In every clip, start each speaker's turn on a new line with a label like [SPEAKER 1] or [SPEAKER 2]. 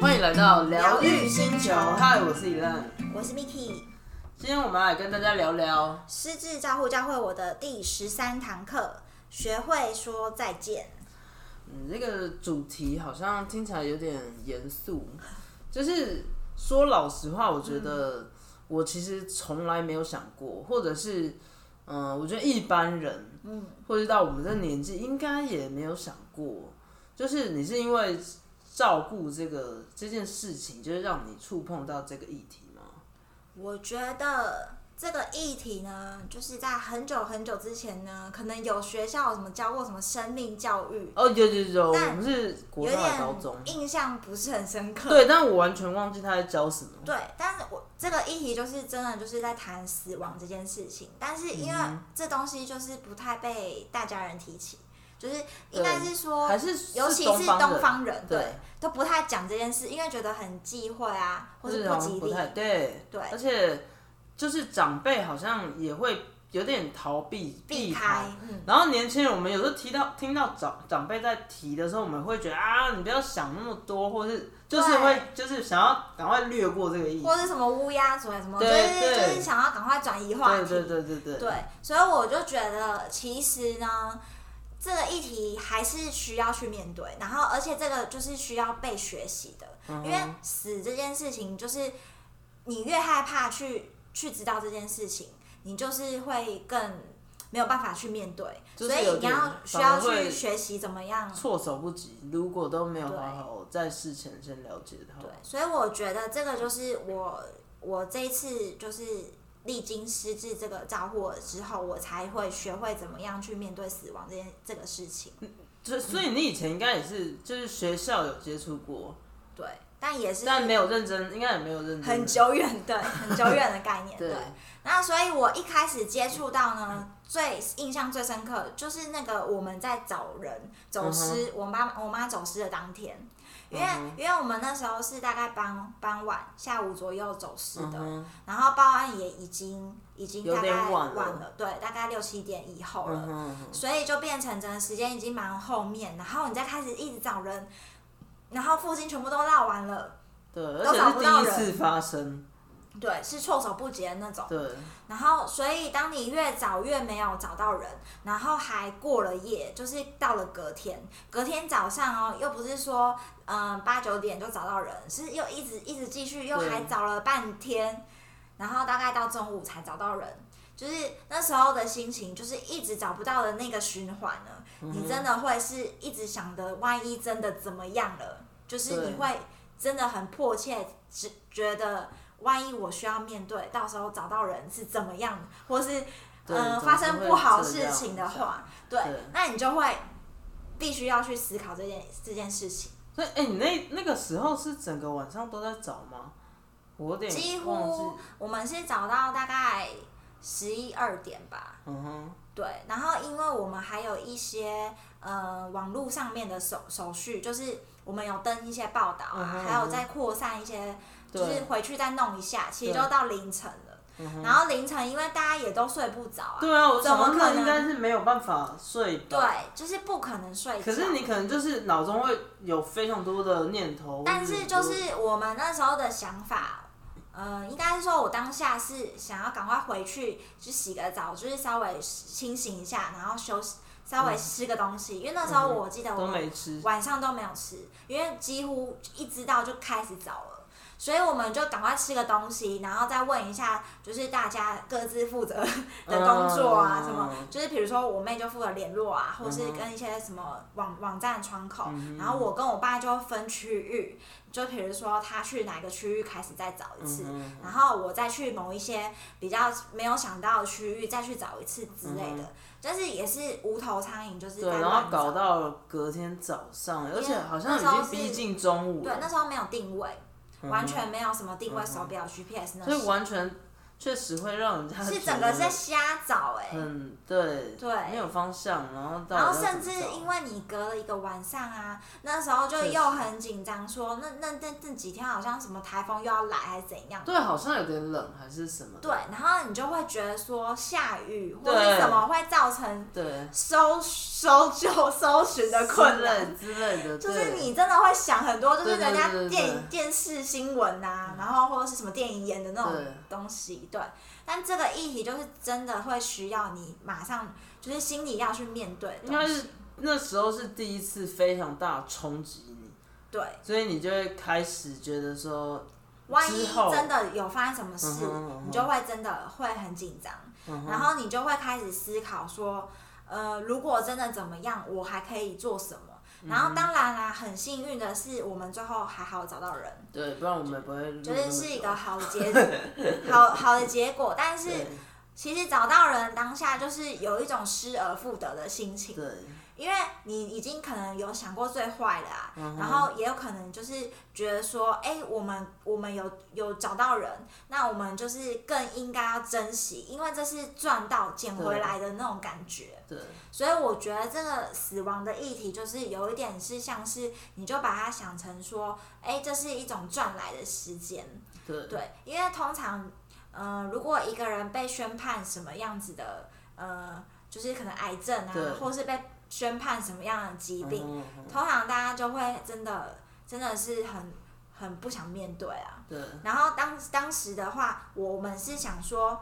[SPEAKER 1] 欢迎来到
[SPEAKER 2] 疗愈星球
[SPEAKER 1] 嗨，我是 Elan。
[SPEAKER 2] 我是 Miki，
[SPEAKER 1] 今天我们来跟大家聊聊，
[SPEAKER 2] 失智照护教会我的第十三堂课，学会说再见。
[SPEAKER 1] 嗯，这个主题好像听起来有点严肃。就是说老实话，我觉得
[SPEAKER 2] 嗯
[SPEAKER 1] 我其实从来没有想过，或者是，嗯、我觉得一般人，嗯，或者到我们这年纪，应该也没有想过，就是你是因为照顾这个这件事情，就是让你触碰到这个议题吗？
[SPEAKER 2] 我觉得这个议题呢，就是在很久很久之前呢，可能有学校有什么教过什么生命教育，
[SPEAKER 1] 哦，有有有，我
[SPEAKER 2] 但
[SPEAKER 1] 们是国
[SPEAKER 2] 有
[SPEAKER 1] 大的高中
[SPEAKER 2] 点，印象不是很深刻。
[SPEAKER 1] 对，但我完全忘记他在教什么。
[SPEAKER 2] 对，但是我这个议题就是真的就是在谈死亡这件事情，但是因为
[SPEAKER 1] 嗯
[SPEAKER 2] 这东西就是不太被大家人提起，就是应该是说
[SPEAKER 1] 还是
[SPEAKER 2] 尤其
[SPEAKER 1] 是东
[SPEAKER 2] 是东
[SPEAKER 1] 方
[SPEAKER 2] 方人，
[SPEAKER 1] 对
[SPEAKER 2] 对，都不太讲这件事，因为觉得很忌讳啊，或是
[SPEAKER 1] 好
[SPEAKER 2] 不
[SPEAKER 1] 像
[SPEAKER 2] 吉
[SPEAKER 1] 不
[SPEAKER 2] 利。
[SPEAKER 1] 太对，
[SPEAKER 2] 对
[SPEAKER 1] 而且就是长辈好像也会有点逃避
[SPEAKER 2] 避
[SPEAKER 1] 开
[SPEAKER 2] 开。，嗯，
[SPEAKER 1] 然后年轻人，我们有时候提到听到长长辈在提的时候，我们会觉得啊，你不要想那么多，或是就是
[SPEAKER 2] 对
[SPEAKER 1] 会就是想要赶快略过这个意思。
[SPEAKER 2] 嗯或是什么乌鸦什么什么，就
[SPEAKER 1] 对
[SPEAKER 2] 是
[SPEAKER 1] 对
[SPEAKER 2] 就是想要赶快转移话
[SPEAKER 1] 对
[SPEAKER 2] 题，
[SPEAKER 1] 对对对对
[SPEAKER 2] 对，所以我就觉得其实呢，这个议题还是需要去面对，然后而且这个就是需要被学习的，
[SPEAKER 1] 嗯
[SPEAKER 2] 因为死这件事情，就是你越害怕去去知道这件事情，你就是会更没有办法去面对，
[SPEAKER 1] 就是
[SPEAKER 2] 所
[SPEAKER 1] 有
[SPEAKER 2] 以你
[SPEAKER 1] 点
[SPEAKER 2] 要需
[SPEAKER 1] 反而
[SPEAKER 2] 要去
[SPEAKER 1] 会
[SPEAKER 2] 学习怎么样
[SPEAKER 1] 措手不及。如果都没有
[SPEAKER 2] 对
[SPEAKER 1] 好好在事前先了解的话，
[SPEAKER 2] 对，所以我觉得这个就是我我这一次就是历经失智这个照顾之后，我才会学会怎么样去面对死亡这件这个事情。
[SPEAKER 1] 就所以你以前应该也是，就是学校有接触过，
[SPEAKER 2] 对，但也是
[SPEAKER 1] 但没有认真，应该也没有认真。
[SPEAKER 2] 很久远的 很久远的概念。
[SPEAKER 1] 对
[SPEAKER 2] 对，那所以我一开始接触到呢，最印象最深刻就是那个我们在找人走失，我妈我妈走失的当天。因为、
[SPEAKER 1] 嗯
[SPEAKER 2] 因为我们那时候是大概傍傍晚下午左右走失
[SPEAKER 1] 嗯
[SPEAKER 2] 的，
[SPEAKER 1] 哼，
[SPEAKER 2] 然后报案也已经已经
[SPEAKER 1] 有
[SPEAKER 2] 大
[SPEAKER 1] 点
[SPEAKER 2] 概
[SPEAKER 1] 晚了
[SPEAKER 2] 对，大概六七点以后
[SPEAKER 1] 嗯
[SPEAKER 2] 了，
[SPEAKER 1] 哼，
[SPEAKER 2] 所以就变成整个时间已经蛮后面，然后你再开始一直找人，然后附近全部都绕完了，
[SPEAKER 1] 对，而
[SPEAKER 2] 都找不到
[SPEAKER 1] 且是第一次
[SPEAKER 2] 人
[SPEAKER 1] 发生，
[SPEAKER 2] 对，是措手不及的那种。
[SPEAKER 1] 对，
[SPEAKER 2] 然后，所以当你越找越没有找到人，然后还过了夜，就是到了隔天，隔天早上哦，又不是说嗯八九点就找到人，是又一直一直继续，又
[SPEAKER 1] 对
[SPEAKER 2] 还找了半天，然后大概到中午才找到人。就是那时候的心情，就是一直找不到的那个循环呢，你真的会是一直想的，万一真的怎么样了，就是
[SPEAKER 1] 对
[SPEAKER 2] 你会真的很迫切，只觉得万一我需要面对，到时候找到人是怎么样的，或是
[SPEAKER 1] 对
[SPEAKER 2] 嗯、
[SPEAKER 1] 总
[SPEAKER 2] 发
[SPEAKER 1] 是
[SPEAKER 2] 生
[SPEAKER 1] 会
[SPEAKER 2] 不好
[SPEAKER 1] 这
[SPEAKER 2] 事
[SPEAKER 1] 样
[SPEAKER 2] 情的
[SPEAKER 1] 想
[SPEAKER 2] 话，对
[SPEAKER 1] 对，
[SPEAKER 2] 那你就会必须要去思考这件这件事情。
[SPEAKER 1] 所以哎、你那那个时候是整个晚上都在找吗？我有点
[SPEAKER 2] 几乎
[SPEAKER 1] 忘记，
[SPEAKER 2] 我们是找到大概十一二点吧，
[SPEAKER 1] 嗯哼，
[SPEAKER 2] 对，然后因为我们还有一些呃网络上面的手手续，就是我们有登一些报道
[SPEAKER 1] 嗯
[SPEAKER 2] 啊，
[SPEAKER 1] 哼
[SPEAKER 2] 还有
[SPEAKER 1] 嗯哼
[SPEAKER 2] 再扩散一些，
[SPEAKER 1] 对
[SPEAKER 2] 就是回去再弄一下，其实
[SPEAKER 1] 对嗯
[SPEAKER 2] 就到凌晨了。然后凌晨因为大家也都睡不着啊，
[SPEAKER 1] 对啊，我
[SPEAKER 2] 怎么
[SPEAKER 1] 想
[SPEAKER 2] 可
[SPEAKER 1] 说
[SPEAKER 2] 能
[SPEAKER 1] 应该是没有办法睡
[SPEAKER 2] 对
[SPEAKER 1] 吧。，
[SPEAKER 2] 就是不可能睡觉。
[SPEAKER 1] 可是你可能就是脑中会有非常多的念头，
[SPEAKER 2] 但
[SPEAKER 1] 或
[SPEAKER 2] 是
[SPEAKER 1] 很
[SPEAKER 2] 就
[SPEAKER 1] 多
[SPEAKER 2] 是我们那时候的想法，呃，应该是说我当下是想要赶快回去去洗个澡，就是稍微清醒一下，然后休息，稍微吃个东西，因为那时候我记得
[SPEAKER 1] 嗯都
[SPEAKER 2] 我们
[SPEAKER 1] 没吃，
[SPEAKER 2] 晚上都没有吃，因为几乎一知道就开始找了。所以我们就赶快吃个东西，然后再问一下，就是大家各自 负责的工作啊，
[SPEAKER 1] 嗯
[SPEAKER 2] 什么，就是比如说我妹就负责联络啊，或是
[SPEAKER 1] 嗯
[SPEAKER 2] 跟一些什么网网站窗口，然后我跟我爸就分区域，就比如说他去哪个区域开始再找一次，
[SPEAKER 1] 嗯
[SPEAKER 2] 然后我再去某一些比较没有想到的区域再去找一次之类的，但是也是无头苍蝇，就是
[SPEAKER 1] 嗯对，
[SPEAKER 2] 在
[SPEAKER 1] 然后
[SPEAKER 2] 乱
[SPEAKER 1] 搞
[SPEAKER 2] 找。
[SPEAKER 1] 到了隔天早上，而且好像
[SPEAKER 2] 那时
[SPEAKER 1] 已
[SPEAKER 2] 候
[SPEAKER 1] 经逼
[SPEAKER 2] 是
[SPEAKER 1] 近中午
[SPEAKER 2] 对，
[SPEAKER 1] 了，
[SPEAKER 2] 那时候没有定位，完全没有什么定位
[SPEAKER 1] 嗯嗯哼
[SPEAKER 2] 手表、GPS 那
[SPEAKER 1] 所
[SPEAKER 2] 些。
[SPEAKER 1] 以完全确实会让人家
[SPEAKER 2] 是
[SPEAKER 1] 觉
[SPEAKER 2] 整个
[SPEAKER 1] 得
[SPEAKER 2] 在瞎找哎、
[SPEAKER 1] 很对
[SPEAKER 2] 对
[SPEAKER 1] 嗯没有方向，然后到
[SPEAKER 2] 然后
[SPEAKER 1] 底要
[SPEAKER 2] 甚至
[SPEAKER 1] 怎么找
[SPEAKER 2] 因为你隔了一个晚上啊，那时候就
[SPEAKER 1] 确实
[SPEAKER 2] 又很紧张，说那那那那几天好像什么台风又要来还是怎样。
[SPEAKER 1] 对好像有点冷还是什么的
[SPEAKER 2] 对，然后你就会觉得说下雨或者
[SPEAKER 1] 对
[SPEAKER 2] 什么会造成
[SPEAKER 1] 对
[SPEAKER 2] 搜搜救 搜寻的困难，
[SPEAKER 1] 之类之类的，
[SPEAKER 2] 就是
[SPEAKER 1] 对
[SPEAKER 2] 你真的会想很多，就
[SPEAKER 1] 对
[SPEAKER 2] 是
[SPEAKER 1] 对
[SPEAKER 2] 人家
[SPEAKER 1] 对对对
[SPEAKER 2] 电影电视新闻呐、然后或者是什么电影演的那种
[SPEAKER 1] 对
[SPEAKER 2] 东西，对。但这个议题就是真的会需要你马上就是心里要去面对的
[SPEAKER 1] 应该
[SPEAKER 2] 东
[SPEAKER 1] 是
[SPEAKER 2] 西，
[SPEAKER 1] 那时候是第一次非常大的冲击你，
[SPEAKER 2] 对。
[SPEAKER 1] 所以你就会开始觉得说，
[SPEAKER 2] 万一
[SPEAKER 1] 之后
[SPEAKER 2] 真的有发生什么事，
[SPEAKER 1] 嗯哼嗯哼嗯
[SPEAKER 2] 你就会真的会很紧张，然后你就会开始思考说，呃，如果真的怎么样，我还可以做什么？
[SPEAKER 1] 嗯
[SPEAKER 2] 然后当然啦、很幸运的是，我们最后还好找到人，
[SPEAKER 1] 对，不然我们也不会录
[SPEAKER 2] 就
[SPEAKER 1] 那么
[SPEAKER 2] 是是一
[SPEAKER 1] 久
[SPEAKER 2] 个好的结果， 好好的结果。但是
[SPEAKER 1] 对
[SPEAKER 2] 其实找到人当下就是有一种失而复得的心情，
[SPEAKER 1] 对
[SPEAKER 2] 因为你已经可能有想过最坏了啊，然后也有可能就是觉得说，哎、我们我们有有找到人，那我们就是更应该要珍惜，因为这是赚到捡回来的那种感觉。
[SPEAKER 1] 对
[SPEAKER 2] 所以我觉得这个死亡的议题就是有一点是像是，你就把它想成说，哎、这是一种赚来的时间，
[SPEAKER 1] 对嗯
[SPEAKER 2] 对，因为通常，呃，如果一个人被宣判什么样子的，呃，就是可能癌症啊
[SPEAKER 1] 对，
[SPEAKER 2] 或是被宣判什么样的疾病，
[SPEAKER 1] 嗯
[SPEAKER 2] 通常大家就会真的真的是很很不想面对啊。
[SPEAKER 1] 对
[SPEAKER 2] 然后当当时的话，我们是想说。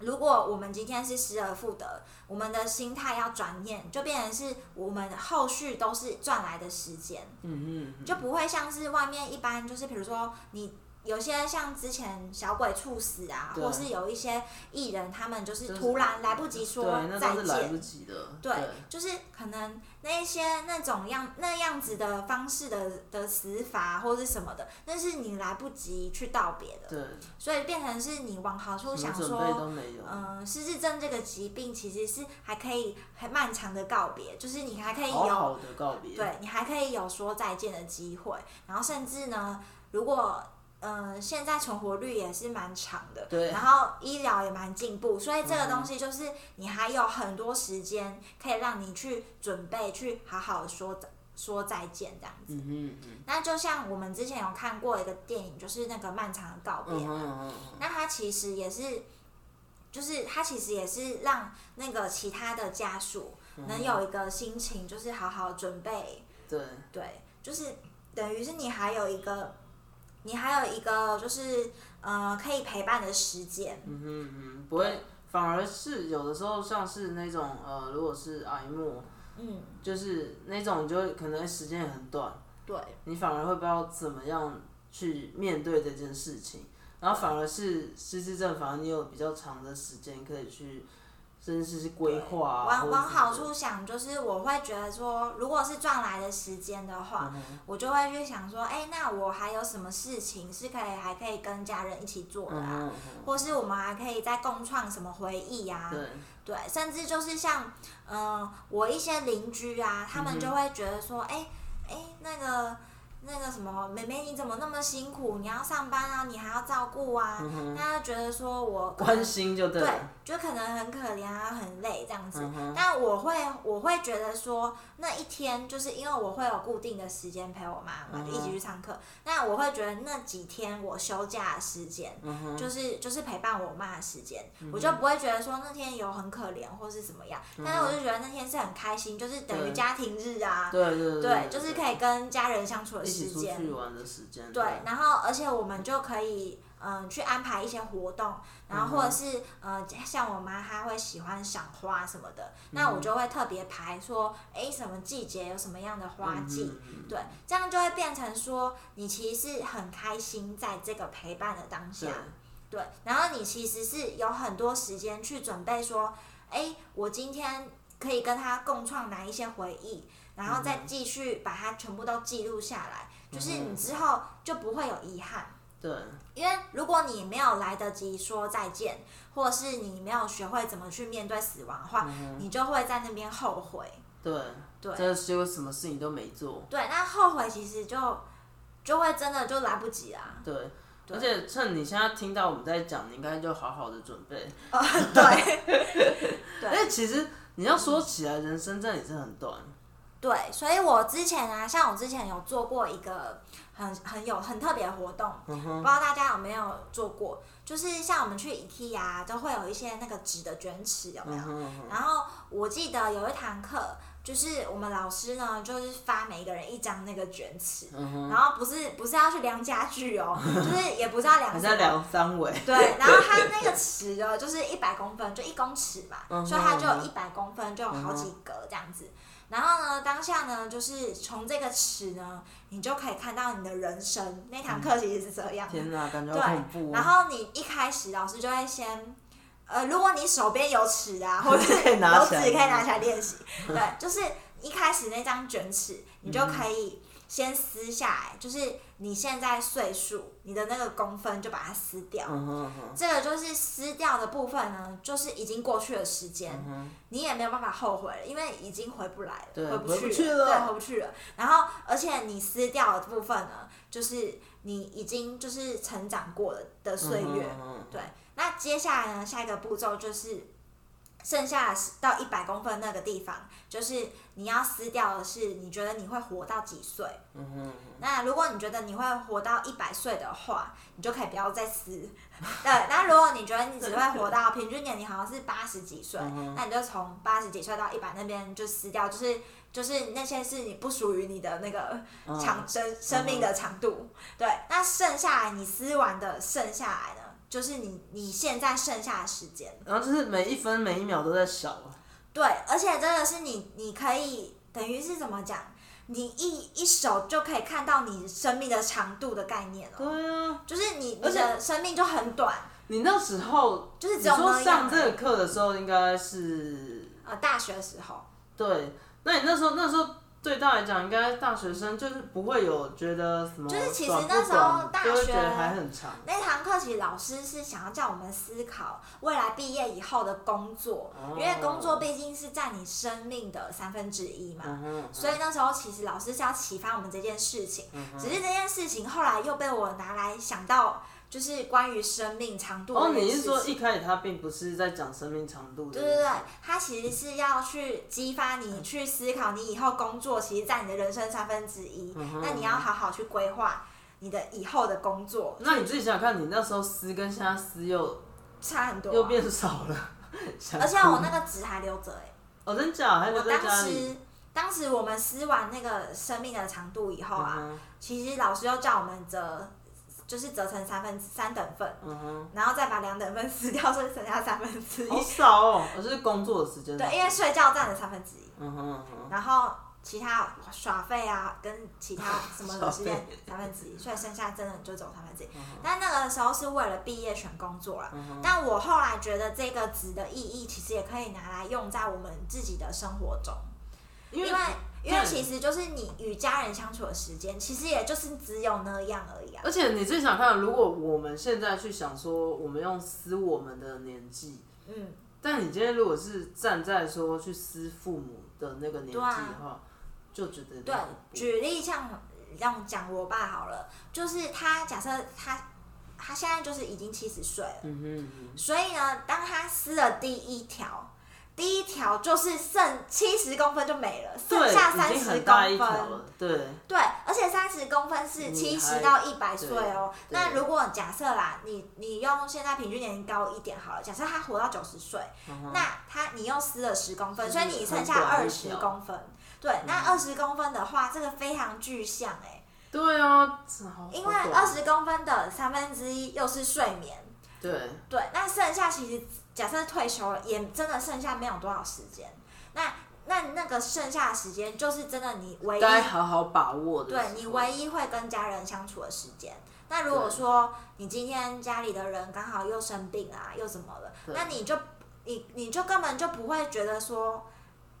[SPEAKER 2] 如果我们今天是失而复得，我们的心态要转念，就变成是我们后续都是赚来的时间。
[SPEAKER 1] 嗯嗯
[SPEAKER 2] 就不会像是外面一般，就是比如说你有些像之前小鬼猝死啊，
[SPEAKER 1] 对
[SPEAKER 2] 或是有一些艺人，他们就是
[SPEAKER 1] 就是
[SPEAKER 2] 突然来不及说
[SPEAKER 1] 对，那
[SPEAKER 2] 再
[SPEAKER 1] 都是来
[SPEAKER 2] 见
[SPEAKER 1] 不。及的，
[SPEAKER 2] 对，就是可能那一些那种样那样子的方式的的死法或是什么的，那是你来不及去道别的，
[SPEAKER 1] 对，
[SPEAKER 2] 所以变成是你往好处
[SPEAKER 1] 什么
[SPEAKER 2] 想
[SPEAKER 1] 准
[SPEAKER 2] 说，
[SPEAKER 1] 备都没有，
[SPEAKER 2] 嗯，失智症这个疾病其实是还可以还漫长的告别，就是你还可以有
[SPEAKER 1] 好好的告别，
[SPEAKER 2] 对你还可以有说再见的机会，然后甚至呢，如果嗯、呃现在存活率也是蛮长的，
[SPEAKER 1] 对嗯
[SPEAKER 2] 然后医疗也蛮进步，所以这个东西就是你还有很多时间可以让你去准备，去好好的说说再见这样子。
[SPEAKER 1] 嗯哼嗯
[SPEAKER 2] 那就像我们之前有看过一个电影，就是那个《漫长的告别》
[SPEAKER 1] 嗯哼嗯哼嗯
[SPEAKER 2] 那它其实也是，就是它其实也是让那个其他的家属
[SPEAKER 1] 嗯
[SPEAKER 2] 能有一个心情，就是好好准备。
[SPEAKER 1] 哼，对
[SPEAKER 2] 对，就是等于是你还有一个，你还有一个就是呃可以陪伴的时间，
[SPEAKER 1] 嗯，不会，反而是有的时候像是那种呃，如果是癌末，
[SPEAKER 2] 嗯，
[SPEAKER 1] 就是那种你就会可能时间也很短，
[SPEAKER 2] 对，
[SPEAKER 1] 你反而会不知道怎么样去面对这件事情，然后反而是失智症，反而你有比较长的时间可以去，甚至是规划啊，
[SPEAKER 2] 往
[SPEAKER 1] 或者
[SPEAKER 2] 往
[SPEAKER 1] 什么
[SPEAKER 2] 好
[SPEAKER 1] 的，
[SPEAKER 2] 处想，就是我会觉得说，如果是赚来的时间的
[SPEAKER 1] 嗯
[SPEAKER 2] 话，我就会去想说，哎、那我还有什么事情是可以还可以跟家人一起做的啊？
[SPEAKER 1] 嗯，嗯
[SPEAKER 2] 或是我们还可以再共创什么回忆啊呀、
[SPEAKER 1] 对
[SPEAKER 2] 对，甚至就是像，嗯、我一些邻居啊，他们就会觉得说，哎、哎、那个那个什么，妹妹你怎么那么辛苦？你要上班啊，你还要照顾啊，他就觉得说我可能
[SPEAKER 1] 关心就对
[SPEAKER 2] 对
[SPEAKER 1] 了，，
[SPEAKER 2] 就可能很可怜啊，很累这样子。
[SPEAKER 1] 嗯哼
[SPEAKER 2] 但我会我会觉得说，那一天就是因为我会有固定的时间陪我妈
[SPEAKER 1] 嗯
[SPEAKER 2] 妈，就一起去上课。那我会觉得那几天我休假的时间，
[SPEAKER 1] 嗯
[SPEAKER 2] 就是就是陪伴我妈的时间，我就不会觉得说那天有很可怜或是怎么样。但是我就觉得那天是很开心，就是等于
[SPEAKER 1] 嗯对
[SPEAKER 2] 家庭日啊，
[SPEAKER 1] 对对
[SPEAKER 2] 对，就是可以跟家人相处的
[SPEAKER 1] 一
[SPEAKER 2] 时
[SPEAKER 1] 起出
[SPEAKER 2] 间。
[SPEAKER 1] 去玩的时间，
[SPEAKER 2] 对，然后而且我们就可以嗯、呃去安排一些活动，然后或者是、呃像我妈她会喜欢赏花什么的，那我就会特别排说，诶，什么季节有什么样的花
[SPEAKER 1] 嗯
[SPEAKER 2] 季，对，这样就会变成说你其实是很开心在这个陪伴的当下
[SPEAKER 1] 对，
[SPEAKER 2] 对，然后你其实是有很多时间去准备说，诶，我今天可以跟他共创哪一些回忆，然后再继续把它全部都记录下来，就是你之后就不会有遗憾。
[SPEAKER 1] 对
[SPEAKER 2] 因为如果你没有来得及说再见，或是你没有学会怎么去面对死亡的话，你就会在那边后悔。
[SPEAKER 1] 对
[SPEAKER 2] 对
[SPEAKER 1] 这是有什么事情都没做，
[SPEAKER 2] 对，那后悔其实就就会真的就来不及啦。
[SPEAKER 1] 对，而且趁你现在听到我们在讲，你应该就好好的准备。
[SPEAKER 2] 对
[SPEAKER 1] 而且其实你要说起来，人生真的也是很短。
[SPEAKER 2] 对，所以我之前啊，像我之前有做过一个很很有很特别的活动，不知道大家有没有做过？就是像我们去 IKEA 都会有一些那个纸的卷尺，有没有？然后我记得有一堂课，就是我们老师呢，就是发每一个人一张那个卷尺，然后不是不是要去量家具哦，就是也不是要量
[SPEAKER 1] 还
[SPEAKER 2] 什
[SPEAKER 1] 在
[SPEAKER 2] 么，
[SPEAKER 1] 聊三维，
[SPEAKER 2] 对，然后它那个尺的，就是一百公分，就一公尺嘛，
[SPEAKER 1] 嗯哼嗯
[SPEAKER 2] 所以它就有一百公分，就有好几格这样子。然后呢，当下呢，就是从这个尺呢，你就可以看到你的人生。那堂课其实是这样的，
[SPEAKER 1] 嗯天哪，感觉好恐怖、
[SPEAKER 2] 对。然
[SPEAKER 1] 哦。
[SPEAKER 2] 后你一开始老师就会先，呃，如果你手边有尺啊， 或者
[SPEAKER 1] 可以拿
[SPEAKER 2] 有
[SPEAKER 1] 起
[SPEAKER 2] 纸
[SPEAKER 1] 来
[SPEAKER 2] 可以拿起来 练习。对，就是一开始那张卷尺，你
[SPEAKER 1] 嗯
[SPEAKER 2] 就可以先撕下来，就是你现在岁数，你的那个公分就把它撕掉。
[SPEAKER 1] 嗯哼嗯哼
[SPEAKER 2] 这个就是撕掉的部分呢，就是已经过去的时间，
[SPEAKER 1] 嗯
[SPEAKER 2] 你也没有办法后悔了，因为已经回不来
[SPEAKER 1] 对
[SPEAKER 2] 了，回
[SPEAKER 1] 回不
[SPEAKER 2] 去了，
[SPEAKER 1] 去了
[SPEAKER 2] 对，回不去了。然后，而且你撕掉的部分呢，就是你已经就是成长过了的岁月，
[SPEAKER 1] 嗯哼嗯哼
[SPEAKER 2] 对。那接下来呢，下一个步骤就是。剩下的是到一百公分那个地方，就是你要撕掉的是你觉得你会活到几岁？
[SPEAKER 1] 嗯哼嗯
[SPEAKER 2] 那如果你觉得你会活到一百岁的话，你就可以不要再撕。对，那如果你觉得你只会活到平均年龄好像是八十几岁，那你就从八十几岁到一百那边就撕掉，就是就是那些是你不属于你的那个
[SPEAKER 1] 嗯
[SPEAKER 2] 长生生命的长度。对，那剩下来你撕完的剩下来呢，就是你你现在剩下的时间。
[SPEAKER 1] 然后就是每一分每一秒都在少啊。
[SPEAKER 2] 对，而且真的是你，你可以等于是怎么讲？你一一手就可以看到你生命的长度的概念了，
[SPEAKER 1] 对啊，
[SPEAKER 2] 就是你
[SPEAKER 1] 而
[SPEAKER 2] 你
[SPEAKER 1] 且
[SPEAKER 2] 的生命就很短，
[SPEAKER 1] 你那时候
[SPEAKER 2] 就是
[SPEAKER 1] 你
[SPEAKER 2] 只有那
[SPEAKER 1] 说
[SPEAKER 2] 样
[SPEAKER 1] 上这个课的时候，应该是
[SPEAKER 2] 呃大学的时候，
[SPEAKER 1] 对。那你那时候那时候对他来讲，应该大学生就是不会有觉得什么
[SPEAKER 2] 就
[SPEAKER 1] 短不短，
[SPEAKER 2] 是其实那时候大
[SPEAKER 1] 就会觉
[SPEAKER 2] 学
[SPEAKER 1] 得还很长。
[SPEAKER 2] 那堂课其实老师是想要叫我们思考未来毕业以后的工作，
[SPEAKER 1] 哦
[SPEAKER 2] 因为工作毕竟是占你生命的三分之一嘛，
[SPEAKER 1] 嗯哼，
[SPEAKER 2] 所以那时候其实老师是要启发我们这件事情，
[SPEAKER 1] 嗯
[SPEAKER 2] 只是这件事情后来又被我拿来想到，就是关于生命长度的
[SPEAKER 1] 哦，
[SPEAKER 2] 一
[SPEAKER 1] 你
[SPEAKER 2] 件
[SPEAKER 1] 是
[SPEAKER 2] 事
[SPEAKER 1] 说
[SPEAKER 2] 情。
[SPEAKER 1] 一开始他并不是在讲生命长度的？
[SPEAKER 2] 对对对，它其实是要去激发
[SPEAKER 1] 嗯
[SPEAKER 2] 你去思考，你以后工作其实占你的人生三分之一，
[SPEAKER 1] 嗯
[SPEAKER 2] 那你要好好去规划你的以后的工作，
[SPEAKER 1] 那你自己想想看，你那时候撕跟现在撕又
[SPEAKER 2] 差很多啊、
[SPEAKER 1] 又变少了， 想
[SPEAKER 2] 而且我那个纸还留着哎、
[SPEAKER 1] 哦真假还
[SPEAKER 2] 我
[SPEAKER 1] 留在
[SPEAKER 2] 当
[SPEAKER 1] 家里。
[SPEAKER 2] 时当时我们撕完那个生命的长度以后啊，
[SPEAKER 1] 嗯哼
[SPEAKER 2] 其实老师又叫我们折，就是折成三分三等份，
[SPEAKER 1] 嗯哼，
[SPEAKER 2] 然后再把两等份撕掉，所以剩下三分之一。
[SPEAKER 1] 好少哦，我是工作的时间。啊
[SPEAKER 2] 对，因为睡觉占了三分之一，
[SPEAKER 1] 嗯哼嗯哼，
[SPEAKER 2] 然后其他耍费啊跟其他什么的
[SPEAKER 1] 耍嗯
[SPEAKER 2] 时间三分之一，所以剩下真的就走三分之一。但那个时候是为了毕业选工作啦，但我后来觉得这个值的意义其实也可以拿来用在我们自己的生活中，
[SPEAKER 1] 因为
[SPEAKER 2] 因为。因为
[SPEAKER 1] 对
[SPEAKER 2] 其实就是你与家人相处的时间，其实也就是只有那样而已啊。
[SPEAKER 1] 而且你自己想看，如果我们现在去想说，我们用撕我们的年纪，
[SPEAKER 2] 嗯，
[SPEAKER 1] 但你今天如果是站在说去撕父母的那个年纪的
[SPEAKER 2] 对啊
[SPEAKER 1] 话，就觉得
[SPEAKER 2] 对，举例像让我讲我爸好了，就是他假设他他现在就是已经七十岁了，
[SPEAKER 1] 嗯哼嗯
[SPEAKER 2] 所以呢，当他撕了第一条，第一条就是剩七十公分就没了，
[SPEAKER 1] 哼，
[SPEAKER 2] 剩下
[SPEAKER 1] 对，已
[SPEAKER 2] 三
[SPEAKER 1] 经
[SPEAKER 2] 十
[SPEAKER 1] 很大一
[SPEAKER 2] 公
[SPEAKER 1] 条
[SPEAKER 2] 分。
[SPEAKER 1] 了，对，
[SPEAKER 2] 对，而且三十公分是
[SPEAKER 1] 你
[SPEAKER 2] 七
[SPEAKER 1] 还
[SPEAKER 2] 十到一百岁哦。
[SPEAKER 1] 对
[SPEAKER 2] 那如果假设啦，你你用现在平均年龄高一点好了，假设他活到九十岁，那他你又撕了十公分，
[SPEAKER 1] 嗯就
[SPEAKER 2] 所
[SPEAKER 1] 是
[SPEAKER 2] 以你剩下
[SPEAKER 1] 很短
[SPEAKER 2] 二
[SPEAKER 1] 一
[SPEAKER 2] 十
[SPEAKER 1] 条嗯
[SPEAKER 2] 公分。对，那二十公分的话，这个非常具象哎、
[SPEAKER 1] 对啊，这好
[SPEAKER 2] 因为
[SPEAKER 1] 好短
[SPEAKER 2] 二十公分的三分之一又是睡眠，
[SPEAKER 1] 对，
[SPEAKER 2] 对，那剩下其实假设退休了，也真的剩下没有多少时间。那那那个剩下的时间，就是真的你唯一
[SPEAKER 1] 该好好把握的时候，
[SPEAKER 2] 对你唯一会跟家人相处的时间。那如果说你今天家里的人刚好又生病啊，又怎么了，
[SPEAKER 1] 对
[SPEAKER 2] 那你就你你就根本就不会觉得说，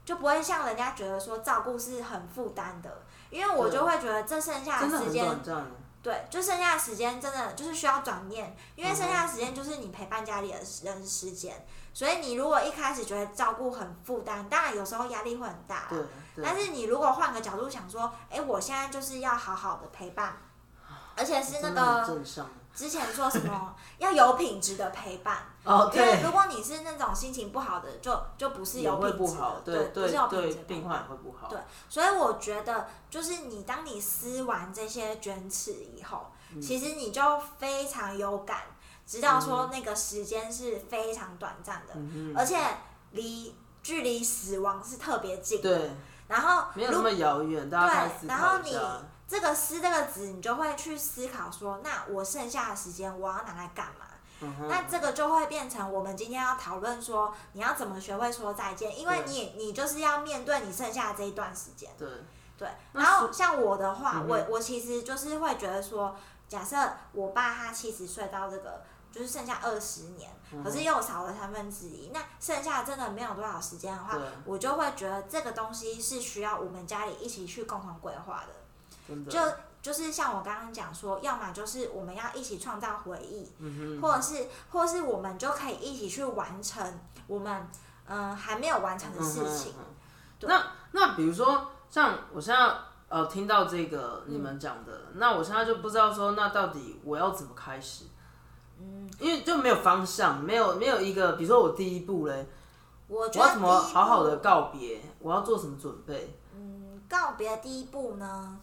[SPEAKER 2] 就不会像人家觉得说照顾是很负担的，因为我
[SPEAKER 1] 对
[SPEAKER 2] 就会觉得这剩下
[SPEAKER 1] 真的
[SPEAKER 2] 的时
[SPEAKER 1] 很
[SPEAKER 2] 间
[SPEAKER 1] 短暂，
[SPEAKER 2] 对，就剩下的时间真的就是需要转念，因为剩
[SPEAKER 1] 嗯
[SPEAKER 2] 下的时间就是你陪伴家里的人时间。所以你如果一开始觉得照顾很负担，当然有时候压力会很大啦啊
[SPEAKER 1] 对对，
[SPEAKER 2] 但是你如果换个角度想说，哎、我现在就是要好好的陪伴，而且
[SPEAKER 1] 啊
[SPEAKER 2] 是那
[SPEAKER 1] 真的很
[SPEAKER 2] 个
[SPEAKER 1] 正向，
[SPEAKER 2] 之前说什 么要有品质的陪伴，
[SPEAKER 1] 哦，
[SPEAKER 2] 因为
[SPEAKER 1] 对
[SPEAKER 2] 如，果你是那种心情不好的，就就不是
[SPEAKER 1] 也
[SPEAKER 2] 有
[SPEAKER 1] 会
[SPEAKER 2] 品
[SPEAKER 1] 不
[SPEAKER 2] 质
[SPEAKER 1] 好
[SPEAKER 2] 的，，
[SPEAKER 1] 对
[SPEAKER 2] 不是有品质
[SPEAKER 1] 对
[SPEAKER 2] 的，陪
[SPEAKER 1] 病
[SPEAKER 2] 伴
[SPEAKER 1] 患也会不好，
[SPEAKER 2] 对，所以我觉得，就是你当你撕完这些卷尺以后，
[SPEAKER 1] 嗯
[SPEAKER 2] 其实你就非常有感，知道说那个时间是非常短暂
[SPEAKER 1] 嗯
[SPEAKER 2] 的，而且离距离死亡是特别近。
[SPEAKER 1] 对，
[SPEAKER 2] 然后
[SPEAKER 1] 没有
[SPEAKER 2] 如
[SPEAKER 1] 那么遥远，大家开始
[SPEAKER 2] 对，然
[SPEAKER 1] 考
[SPEAKER 2] 后
[SPEAKER 1] 一
[SPEAKER 2] 你
[SPEAKER 1] 下。
[SPEAKER 2] 这个撕这个纸，你就会去思考说，那我剩下的时间我要拿来干嘛？
[SPEAKER 1] 嗯哼
[SPEAKER 2] 那这个就会变成我们今天要讨论说，你要怎么学会说再见，因为
[SPEAKER 1] 对
[SPEAKER 2] 你你就是要面对你剩下的这一段时间。
[SPEAKER 1] 对，
[SPEAKER 2] 对，
[SPEAKER 1] 那嗯
[SPEAKER 2] 然后像我的话，我我其实就是会觉得说，假设我爸他七十岁到这个，就是剩下二十年，
[SPEAKER 1] 嗯
[SPEAKER 2] 可是又少了三分之一，那剩下真的没有多少时间的话
[SPEAKER 1] 对，
[SPEAKER 2] 我就会觉得这个东西是需要我们家里一起去共同规划的。
[SPEAKER 1] 真的
[SPEAKER 2] 就就是像我刚刚讲说，要么就是我们要一起创造回忆，
[SPEAKER 1] 嗯
[SPEAKER 2] 或者是或者是我们就可以一起去完成我们嗯、呃还没有完成的事情。
[SPEAKER 1] 嗯哼嗯哼
[SPEAKER 2] 对
[SPEAKER 1] 那那比如说，像我现在呃听到这个
[SPEAKER 2] 嗯
[SPEAKER 1] 你们讲的，那我现在就不知道说，那到底我要怎么开始？嗯，因为就没有方向，没有没有一个，比如说我第一步嘞，我
[SPEAKER 2] 我觉得
[SPEAKER 1] 要怎么
[SPEAKER 2] 第一
[SPEAKER 1] 好好的
[SPEAKER 2] 步
[SPEAKER 1] 告别？我要做什么准备？
[SPEAKER 2] 嗯告别第一步呢，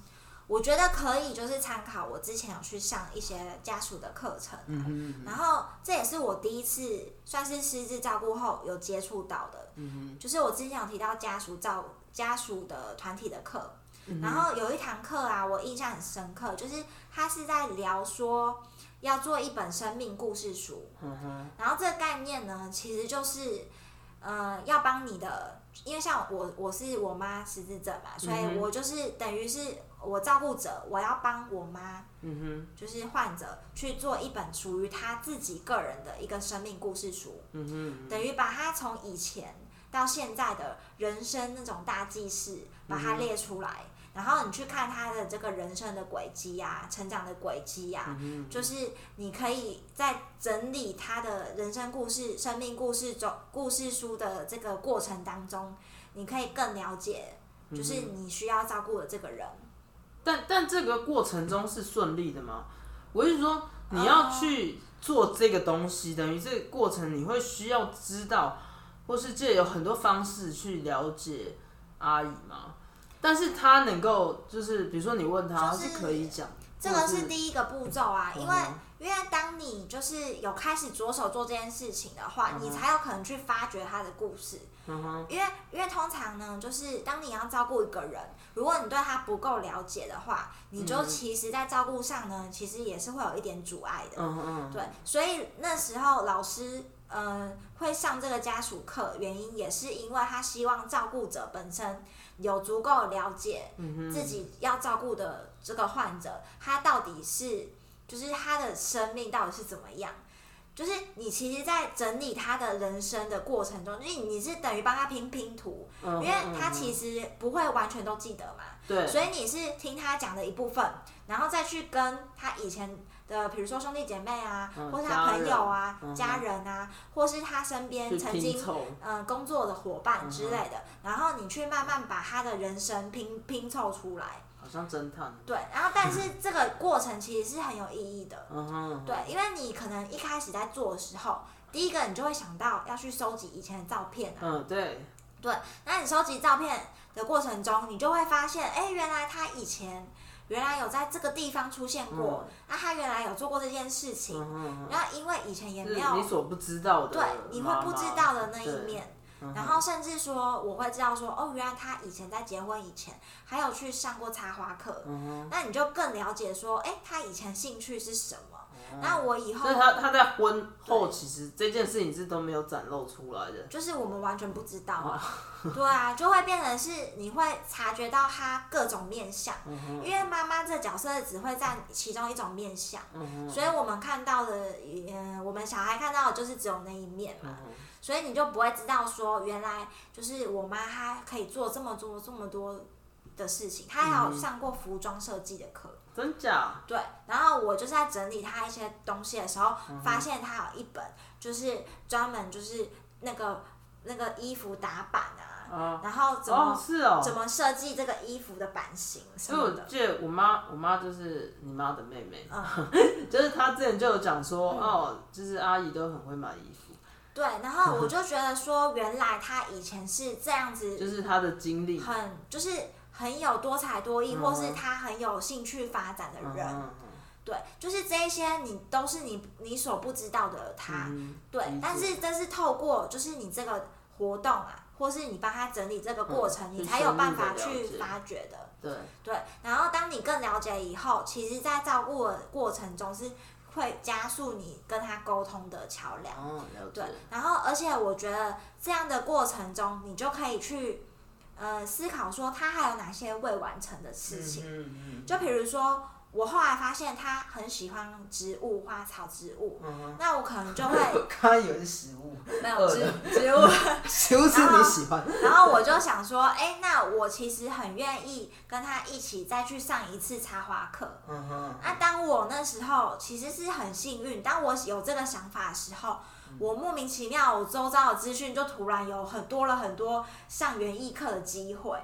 [SPEAKER 2] 我觉得可以就是参考我之前有去上一些家属的课程，啊
[SPEAKER 1] 嗯哼，
[SPEAKER 2] 然后这也是我第一次算是失智照顾后有接触到的，
[SPEAKER 1] 嗯
[SPEAKER 2] 就是我之前有提到家属照家属的团体的课，
[SPEAKER 1] 嗯
[SPEAKER 2] 然后有一堂课啊，我印象很深刻，就是他是在聊说要做一本生命故事书，
[SPEAKER 1] 嗯哼，
[SPEAKER 2] 然后这个概念呢，其实就是，呃，要帮你的，因为像我我是我妈失智症嘛，所
[SPEAKER 1] 嗯
[SPEAKER 2] 以我就是等于是我照顾者，我要帮我妈，
[SPEAKER 1] 嗯
[SPEAKER 2] 就是患者去做一本属于她自己个人的一个生命故事书，
[SPEAKER 1] 哼，嗯
[SPEAKER 2] 等于把她从以前到现在的人生那种大记事，把
[SPEAKER 1] 嗯
[SPEAKER 2] 它列出来。然后你去看她的这个人生的轨迹呀、成长的轨迹呀、
[SPEAKER 1] 哼，嗯
[SPEAKER 2] 就是你可以在整理他的人生故事、生命故事中、故事书的这个过程当中，你可以更了解，就是
[SPEAKER 1] 嗯
[SPEAKER 2] 你需要照顾的这个人。
[SPEAKER 1] 哼。但但这个过程中是顺利的吗？我是说，
[SPEAKER 2] 呃
[SPEAKER 1] 你要去做这个东西，等于这个过程你会需要知道，或是借有很多方式去了解阿姨嘛。但是她能够，就是比如说你问她，
[SPEAKER 2] 就是
[SPEAKER 1] 是、可以讲，
[SPEAKER 2] 这个
[SPEAKER 1] 或者
[SPEAKER 2] 是第一个步骤啊，因为
[SPEAKER 1] 嗯
[SPEAKER 2] 因为当你就是有开始着手做这件事情的话，你才有可能去发掘他的故事。
[SPEAKER 1] 嗯哼，
[SPEAKER 2] 因为因为通常呢，就是当你要照顾一个人，如果你对他不够了解的话，你
[SPEAKER 1] 嗯
[SPEAKER 2] 就其实在照顾上呢，其实也是会有一点阻碍的。
[SPEAKER 1] 嗯哼，
[SPEAKER 2] 对，所以那时候老师呃会上这个家属课，原因也是因为他希望照顾者本身有足够的了解
[SPEAKER 1] 嗯
[SPEAKER 2] 自己要照顾的这个患者，他到底是就是他的生命到底是怎么样。就是你其实，在整理他的人生的过程中，就是你是等于帮他拼拼图，
[SPEAKER 1] 嗯
[SPEAKER 2] 因
[SPEAKER 1] 哼，
[SPEAKER 2] 为他
[SPEAKER 1] 实
[SPEAKER 2] 其实不会完全都记得嘛，
[SPEAKER 1] 对，
[SPEAKER 2] 所以你是听他讲的一部分，然后再去跟他以前的，比如说兄弟姐妹啊，
[SPEAKER 1] 嗯
[SPEAKER 2] 或是他朋友啊、
[SPEAKER 1] 家
[SPEAKER 2] 家
[SPEAKER 1] 人嗯
[SPEAKER 2] 人啊，或是他身边
[SPEAKER 1] 去嗯
[SPEAKER 2] 曾
[SPEAKER 1] 拼
[SPEAKER 2] 经
[SPEAKER 1] 凑，
[SPEAKER 2] 嗯、呃工作的伙伴之类的，然后你去慢慢把他的人生拼拼凑出来。
[SPEAKER 1] 好像侦探，
[SPEAKER 2] 对，然后但是这个过程其实是很有意义的。
[SPEAKER 1] 嗯哼，
[SPEAKER 2] 对，因为你可能一开始在做的时候，第一个你就会想到要去收集以前的照片啊，
[SPEAKER 1] 嗯对，
[SPEAKER 2] 对，那你收集照片的过程中，你就会发现，哎、原来他以前原来有在这个地方出现过，那、他原来有做过这件事情，
[SPEAKER 1] 嗯哼，
[SPEAKER 2] 然后因为以前也
[SPEAKER 1] 是
[SPEAKER 2] 没
[SPEAKER 1] 你
[SPEAKER 2] 有，
[SPEAKER 1] 所不知道的
[SPEAKER 2] 对
[SPEAKER 1] 妈妈，，
[SPEAKER 2] 你会不知道的那
[SPEAKER 1] 对
[SPEAKER 2] 一面。
[SPEAKER 1] 嗯
[SPEAKER 2] 然后甚至说，我会知道说，哦，原来他以前在结婚以前还有去上过插花课，
[SPEAKER 1] 嗯
[SPEAKER 2] 那你就更了解说，哎、他以前兴趣是什么？那我以后
[SPEAKER 1] 嗯所以他他在婚后，其实这件事情是都没有展露出来的。
[SPEAKER 2] 就是我们完全不知道啊， 对啊，就会变成是你会察觉到他各种面相，因为妈妈这角色只会占其中一种面相，所以我们看到的，嗯、我们小孩看到的就是只有那一面嘛，所以你就不会知道说原来就是我妈她可以做这么多这么多的事情，她还有上过服装设计的课，
[SPEAKER 1] 真假？
[SPEAKER 2] 对，然后我就是在整理他一些东西的时候，
[SPEAKER 1] 嗯
[SPEAKER 2] 发现他有一本就是专门就是那个那个衣服打版啊，
[SPEAKER 1] 啊
[SPEAKER 2] 然后怎么、
[SPEAKER 1] 哦，是哦，嗯
[SPEAKER 2] 怎么设计这个衣服的版型什
[SPEAKER 1] 因为
[SPEAKER 2] 么
[SPEAKER 1] 我
[SPEAKER 2] 的。
[SPEAKER 1] 记得我妈，我妈就是你妈的妹妹，
[SPEAKER 2] 嗯，
[SPEAKER 1] 就是她之前就有讲说，哦，就是阿姨都很会买衣服，
[SPEAKER 2] 对，然后我就觉得说，原来他以前是这样子，
[SPEAKER 1] 就是她的经历。
[SPEAKER 2] 很就是很有多才多艺，
[SPEAKER 1] 嗯
[SPEAKER 2] 或是他很有兴趣发展的
[SPEAKER 1] 嗯
[SPEAKER 2] 人，
[SPEAKER 1] 嗯
[SPEAKER 2] 对，就是这一些你都是你你所不知道的他，
[SPEAKER 1] 嗯
[SPEAKER 2] 对
[SPEAKER 1] 理解，
[SPEAKER 2] 但是这是透过就是你这个活动啊，或是你帮他整理这个过程，
[SPEAKER 1] 嗯
[SPEAKER 2] 你
[SPEAKER 1] 去
[SPEAKER 2] 才
[SPEAKER 1] 深
[SPEAKER 2] 有
[SPEAKER 1] 入
[SPEAKER 2] 办
[SPEAKER 1] 地
[SPEAKER 2] 法
[SPEAKER 1] 了
[SPEAKER 2] 去
[SPEAKER 1] 解
[SPEAKER 2] 发掘的。
[SPEAKER 1] 对，
[SPEAKER 2] 对，然后当你更了解以后，其实，在照顾的过程中是会加速你跟他沟通的桥梁。
[SPEAKER 1] 哦，了
[SPEAKER 2] 对
[SPEAKER 1] 解，，
[SPEAKER 2] 然后而且我觉得这样的过程中，你就可以去呃思考说他还有哪些未完成的事情。
[SPEAKER 1] 嗯嗯
[SPEAKER 2] 就比如说，我后来发现他很喜欢植物、花草、植物，
[SPEAKER 1] 嗯，
[SPEAKER 2] 那我可能就 会
[SPEAKER 1] 刚刚以为是食物，
[SPEAKER 2] 没有
[SPEAKER 1] 饿
[SPEAKER 2] 植
[SPEAKER 1] 了
[SPEAKER 2] 植物。
[SPEAKER 1] 食物是你喜欢，
[SPEAKER 2] 然后我就想说，哎、那我其实很愿意跟他一起再去上一次插花课。
[SPEAKER 1] 嗯哼，
[SPEAKER 2] 那、当我那时候其实是很幸运，当我有这个想法的时候，
[SPEAKER 1] 嗯
[SPEAKER 2] 我莫名其妙，我周遭的资讯就突然有很多了很多上园艺课的机会，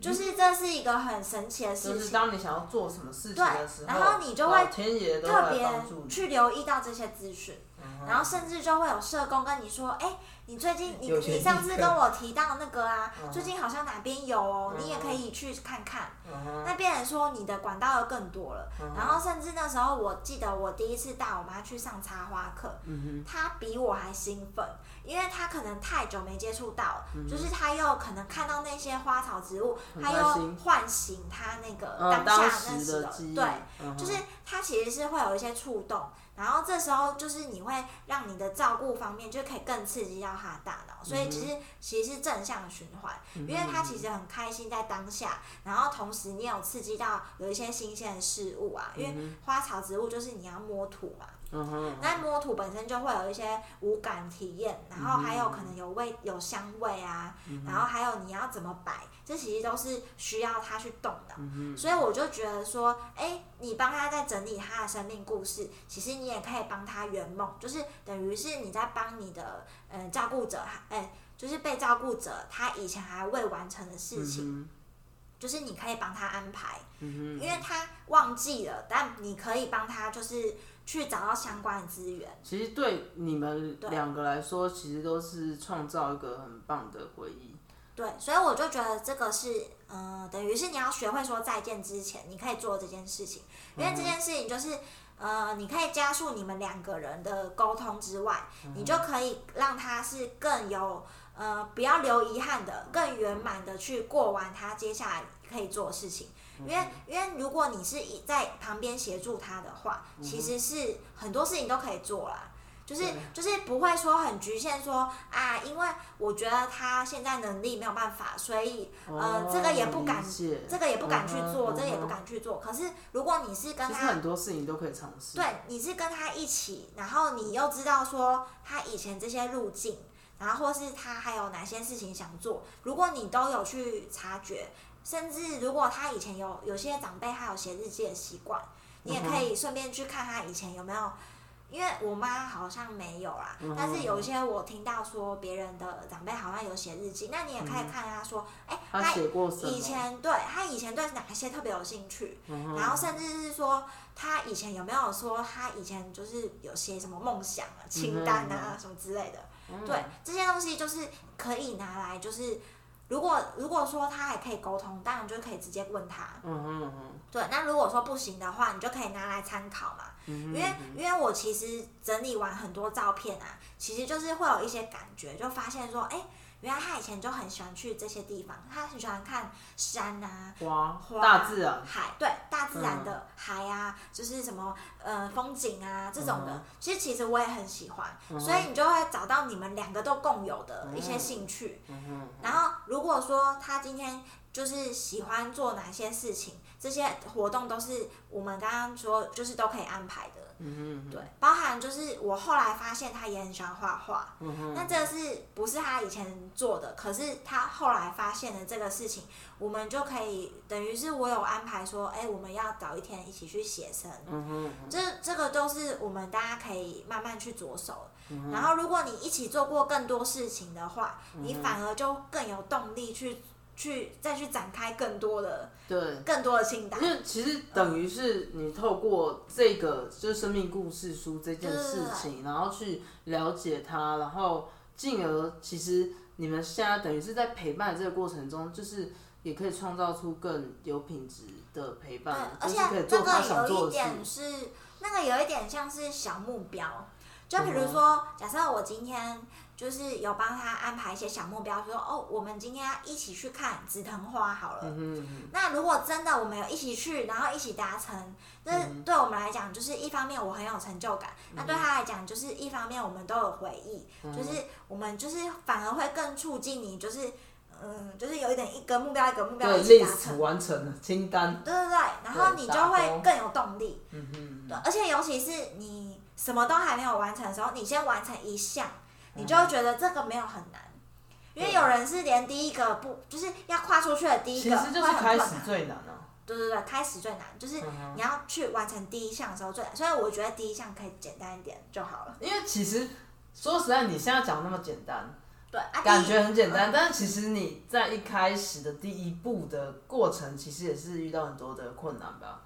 [SPEAKER 2] 就是这是一个很神奇的
[SPEAKER 1] 就
[SPEAKER 2] 事
[SPEAKER 1] 是
[SPEAKER 2] 情，
[SPEAKER 1] 当你想要做什么事情的时候，
[SPEAKER 2] 对然后你就会
[SPEAKER 1] 老天爷都
[SPEAKER 2] 特
[SPEAKER 1] 来帮助
[SPEAKER 2] 别
[SPEAKER 1] 你，嗯
[SPEAKER 2] 去留意到这些资讯。然后甚至就会有社工跟你说，哎、你最近你
[SPEAKER 1] 有园艺
[SPEAKER 2] 你上次
[SPEAKER 1] 课
[SPEAKER 2] 跟我提到那个啊，
[SPEAKER 1] 嗯
[SPEAKER 2] 最近好像哪边有哦，你也可以去看看。
[SPEAKER 1] 嗯
[SPEAKER 2] 那变成说你的管道又更多了，然后甚至那时候我记得我第一次带我妈去上插花课，
[SPEAKER 1] 嗯
[SPEAKER 2] 她比我还兴奋，因为她可能太久没接触到了，就是她又可能看到那些花草植物，
[SPEAKER 1] 嗯很
[SPEAKER 2] 她
[SPEAKER 1] 开
[SPEAKER 2] 又
[SPEAKER 1] 心
[SPEAKER 2] 唤醒她那个
[SPEAKER 1] 哼，嗯，
[SPEAKER 2] 当
[SPEAKER 1] 当
[SPEAKER 2] 下那
[SPEAKER 1] 时的记忆，
[SPEAKER 2] 对，
[SPEAKER 1] 嗯哼
[SPEAKER 2] 就是它其实是会有一些触动，然后这时候就是你会让你的照顾方面就可以更刺激到他的大脑，所以其实、其实是正向循环，
[SPEAKER 1] 嗯
[SPEAKER 2] 因为他其实很开心在当下，然后同时你有刺激到有一些新鲜的事物啊，因为花草植物就是你要摸土嘛，
[SPEAKER 1] 嗯哼，
[SPEAKER 2] 那摸土本身就会有一些无感体验，然后还有可能有味有香味啊，
[SPEAKER 1] 嗯
[SPEAKER 2] 然后还有你要怎么摆，这其实都是需要他去动的。
[SPEAKER 1] 嗯
[SPEAKER 2] 所以我就觉得说，哎、你帮他在整理他的生命故事，其实你也可以帮他圆梦，就是等于是你在帮你的呃照顾者，哎、就是被照顾者他以前还未完成的事情，
[SPEAKER 1] 嗯
[SPEAKER 2] 就是你可以帮他安排。
[SPEAKER 1] 哼，嗯哼
[SPEAKER 2] 因为他忘记了，但你可以帮他，就是去找到相关的资源。
[SPEAKER 1] 其实对你们
[SPEAKER 2] 对
[SPEAKER 1] 两个来说，其实都是创造一个很棒的回忆。
[SPEAKER 2] 对，所以我就觉得这个是，嗯、等于是你要学会说再见之前，你可以做这件事情，因
[SPEAKER 1] 嗯
[SPEAKER 2] 为这件事情就是，呃，你可以加速你们两个人的沟通之外，
[SPEAKER 1] 嗯
[SPEAKER 2] 你就可以让他是更有，呃，不要留遗憾的，更圆满的去过完他接下来可以做的事情。
[SPEAKER 1] 嗯
[SPEAKER 2] 因为，因为如果你是以在旁边协助他的话，其实是很多事情都可以做啦。就是
[SPEAKER 1] 嗯对
[SPEAKER 2] 就是不会说很局限说啊，因为我觉得他现在能力没有办法，所以呃
[SPEAKER 1] 哦
[SPEAKER 2] 这个也不敢
[SPEAKER 1] 理解
[SPEAKER 2] 这个也不敢去做，
[SPEAKER 1] 嗯哼
[SPEAKER 2] 这个也不
[SPEAKER 1] 嗯哼
[SPEAKER 2] 敢去做。可是如果你是跟
[SPEAKER 1] 其实
[SPEAKER 2] 他
[SPEAKER 1] 很多事情都可以尝试。
[SPEAKER 2] 对，你是跟他一起，然后你又知道说他以前这些路径，然后或是他还有哪些事情想做，如果你都有去察觉，甚至如果他以前有有些长辈还有写日记的习惯，
[SPEAKER 1] 嗯
[SPEAKER 2] 你也可以顺便去看他以前有没有。因为我妈好像没有啦，
[SPEAKER 1] 嗯哼
[SPEAKER 2] 但是有一些我听到说别人的长辈好像有写日记，那你也可以看他说，哎、
[SPEAKER 1] 他写过什么？
[SPEAKER 2] 以前对他以前对哪些特别有兴趣，
[SPEAKER 1] 嗯哼
[SPEAKER 2] 然后甚至是说他以前有没有说他以前就是有些什么梦想啊、清单
[SPEAKER 1] 嗯
[SPEAKER 2] 啊、什么之类的，对这些东西就是可以拿来就是。如果如果说他还可以沟通，当然就可以直接问他。
[SPEAKER 1] 嗯哼嗯哼
[SPEAKER 2] 对，那如果说不行的话，你就可以拿来参考嘛。
[SPEAKER 1] 嗯
[SPEAKER 2] 因为因为我其实整理完很多照片啊，其实就是会有一些感觉，就发现说，哎，原来他以前就很喜欢去这些地方，他很喜欢看山啊。
[SPEAKER 1] 花
[SPEAKER 2] 花
[SPEAKER 1] 大自然，
[SPEAKER 2] 海对大自然的
[SPEAKER 1] 嗯
[SPEAKER 2] 海啊，就是什么呃风景啊这种的，
[SPEAKER 1] 嗯
[SPEAKER 2] 其实其实我也很喜欢，
[SPEAKER 1] 嗯
[SPEAKER 2] 所以你就会找到你们两个都共有的一些兴趣。
[SPEAKER 1] 嗯
[SPEAKER 2] 然后如果说他今天就是喜欢做哪些事情，这些活动都是我们刚刚说就是都可以安排的。
[SPEAKER 1] 嗯
[SPEAKER 2] 对，包含就是我后来发现他也很喜欢画画，
[SPEAKER 1] 嗯哼
[SPEAKER 2] 那这个是不是他以前做的？可是他后来发现了这个事情，我们就可以等于是我有安排说，哎、我们要找一天一起去写生，
[SPEAKER 1] 嗯哼
[SPEAKER 2] 这这个都是我们大家可以慢慢去着手。然后，如果你一起做过更多事情的话，你反而就更有动力去去再去展开更多的
[SPEAKER 1] 对，
[SPEAKER 2] 更多的清单。
[SPEAKER 1] 因为其实等于是你透过这个就是生命故事书这件事情，然后去了解它，然后进而其实你们现在等于是在陪伴的这个过程中，就是也可以创造出更有品质的陪
[SPEAKER 2] 对
[SPEAKER 1] 伴，，
[SPEAKER 2] 嗯而
[SPEAKER 1] 就是
[SPEAKER 2] 且
[SPEAKER 1] 可以
[SPEAKER 2] 这
[SPEAKER 1] 做他想
[SPEAKER 2] 个有
[SPEAKER 1] 做
[SPEAKER 2] 一
[SPEAKER 1] 的事。
[SPEAKER 2] 点是，那个有一点像是小目标，就比
[SPEAKER 1] 嗯
[SPEAKER 2] 如说，假设我今天就是有帮他安排一些小目标，说哦，我们今天要一起去看紫藤花好了。
[SPEAKER 1] 嗯
[SPEAKER 2] 那如果真的我们有一起去，然后一起达成，
[SPEAKER 1] 嗯
[SPEAKER 2] 那对我们来讲，就是一方面我很有成就感，那对他来讲，就是一方面我们都有回忆，
[SPEAKER 1] 嗯
[SPEAKER 2] 就是我们就是反而会更促进你，就是嗯，就是有一点一个目标一个目
[SPEAKER 1] 哼，
[SPEAKER 2] 标
[SPEAKER 1] 对
[SPEAKER 2] 一起达
[SPEAKER 1] ，list
[SPEAKER 2] 成。
[SPEAKER 1] 完成了清单，
[SPEAKER 2] 对对对，然后你就会更有动力。
[SPEAKER 1] 嗯哼，
[SPEAKER 2] 对，而且尤其是你什么都还没有完成的时候，你先完成一项，你就会觉得这个没有很难。因为有人是连第一个不就是要跨出去的第一
[SPEAKER 1] 其
[SPEAKER 2] 个
[SPEAKER 1] 实
[SPEAKER 2] 会
[SPEAKER 1] 就是
[SPEAKER 2] 很
[SPEAKER 1] 开
[SPEAKER 2] 困
[SPEAKER 1] 始
[SPEAKER 2] 难，
[SPEAKER 1] 最难嗯啊。
[SPEAKER 2] 对对对，开始最难，就是你要去完成第一项的时候最难。所以我觉得第一项可以简单一点就好了。
[SPEAKER 1] 因为其实说实在，你现在讲那么简单，
[SPEAKER 2] 对，啊、
[SPEAKER 1] 感
[SPEAKER 2] 第一
[SPEAKER 1] 觉很简单，但是其实你在一开始的第一步的过程，其实也是遇到很多的困难吧。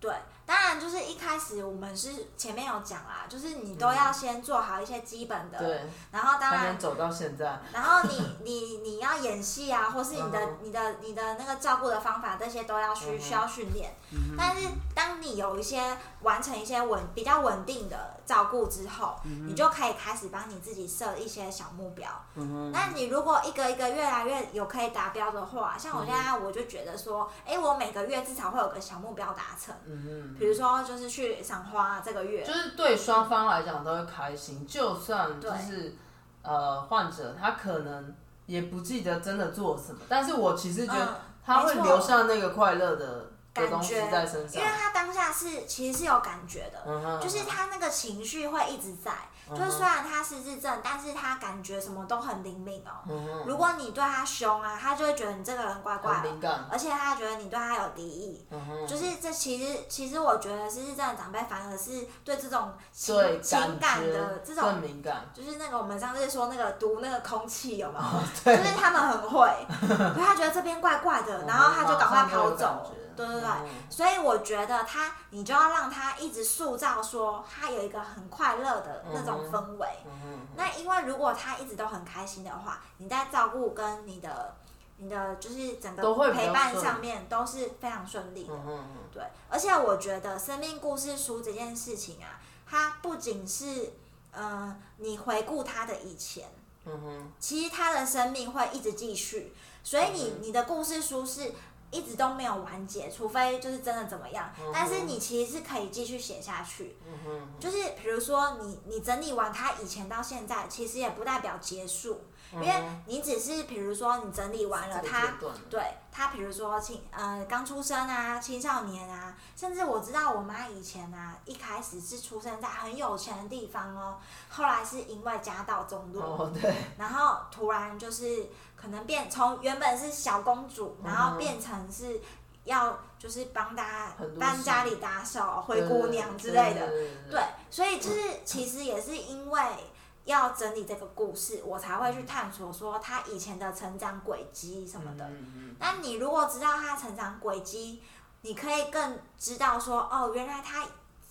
[SPEAKER 2] 对，当然就是一开始我们是前面有讲啦，就是你都要先做好一些基本的，
[SPEAKER 1] 嗯对，
[SPEAKER 2] 然后当
[SPEAKER 1] 才
[SPEAKER 2] 然
[SPEAKER 1] 能走到现在。
[SPEAKER 2] 然后你你你要演戏啊，或是你的、
[SPEAKER 1] 嗯
[SPEAKER 2] 你的你的那个照顾的方法，这些都要需、
[SPEAKER 1] 嗯
[SPEAKER 2] 需要训练。但是当你有一些完成一些稳比较稳定的照顾之后，
[SPEAKER 1] 嗯
[SPEAKER 2] 你就可以开始帮你自己设一些小目标。
[SPEAKER 1] 嗯
[SPEAKER 2] 那你如果一个一个越来越有可以达标的话，
[SPEAKER 1] 嗯
[SPEAKER 2] 像我现在我就觉得说，诶，我每个月至少会有个小目标达成，
[SPEAKER 1] 嗯
[SPEAKER 2] 比如说就是去赏花啊这个
[SPEAKER 1] 哼，
[SPEAKER 2] 月，
[SPEAKER 1] 就是对双方来讲都会开心，就算就
[SPEAKER 2] 对
[SPEAKER 1] 是呃患者他可能也不记得真的做了什么，但是我其实觉得
[SPEAKER 2] 嗯
[SPEAKER 1] 他会
[SPEAKER 2] 没错
[SPEAKER 1] 留下那个快乐的的东
[SPEAKER 2] 感
[SPEAKER 1] 西
[SPEAKER 2] 觉
[SPEAKER 1] 在身
[SPEAKER 2] 因
[SPEAKER 1] 上
[SPEAKER 2] 为。他当下是其实是有感觉的，
[SPEAKER 1] 嗯哼嗯
[SPEAKER 2] 就是他那个情绪会一直在，就是虽然他失智症，但是他感觉什么都很灵敏哦。
[SPEAKER 1] 嗯哼
[SPEAKER 2] 如果你对他凶啊，他就会觉得你这个人怪怪
[SPEAKER 1] 很
[SPEAKER 2] 的，
[SPEAKER 1] 敏感。
[SPEAKER 2] 而且他觉得你对他有敌意。
[SPEAKER 1] 嗯哼
[SPEAKER 2] 就是这其实其实我觉得失智症的长辈反而是对这种情
[SPEAKER 1] 对
[SPEAKER 2] 情感
[SPEAKER 1] 觉
[SPEAKER 2] 的这
[SPEAKER 1] 更
[SPEAKER 2] 种。
[SPEAKER 1] 敏感。
[SPEAKER 2] 就是那个我们上次说那个读那个空气有没有？
[SPEAKER 1] 哦对
[SPEAKER 2] 就是他们很会， 所以他觉得这边怪怪的，然后他就赶快跑走。对对对，
[SPEAKER 1] 嗯
[SPEAKER 2] 所以我觉得他，你就要让他一直塑造说他有一个很快乐的那种氛围。
[SPEAKER 1] 嗯
[SPEAKER 2] 那因为如果他一直都很开心的话，你在照顾跟你的、你的就是整
[SPEAKER 1] 都会
[SPEAKER 2] 个
[SPEAKER 1] 比较
[SPEAKER 2] 陪伴
[SPEAKER 1] 顺
[SPEAKER 2] 上面都是非常顺利的。
[SPEAKER 1] 嗯嗯
[SPEAKER 2] 对，而且我觉得生命故事书这件事情啊，它不仅是呃你回顾他的以前，
[SPEAKER 1] 嗯哼，
[SPEAKER 2] 其实他的生命会一直继续，所以你、你的故事书是一直都没有完结，除非就是真的怎么样，但是你其实是可以继续写下去。
[SPEAKER 1] 嗯哼，
[SPEAKER 2] 就是比如说你你整理完他以前到现在，其实也不代表结束，因
[SPEAKER 1] 嗯
[SPEAKER 2] 为你只是比如说你整理完了
[SPEAKER 1] 这个
[SPEAKER 2] 他
[SPEAKER 1] 阶段
[SPEAKER 2] 对他，比如说青呃刚出生啊，青少年啊，甚至我知道我妈以前啊，一开始是出生在很有钱的地方哦，后来是因为家道中落，
[SPEAKER 1] 哦对，
[SPEAKER 2] 然后突然就是可能变从原本是小公主，
[SPEAKER 1] 嗯
[SPEAKER 2] 然后变成是要就是帮大家
[SPEAKER 1] 很多
[SPEAKER 2] 帮
[SPEAKER 1] 事
[SPEAKER 2] 家里打扫、灰姑娘之类的，
[SPEAKER 1] 对
[SPEAKER 2] 对，所以就是其实也是因为要整理这个故事，我才会去探索说他以前的成长轨迹什么的。
[SPEAKER 1] 嗯
[SPEAKER 2] 那你如果知道他成长轨迹，你可以更知道说，哦，原来他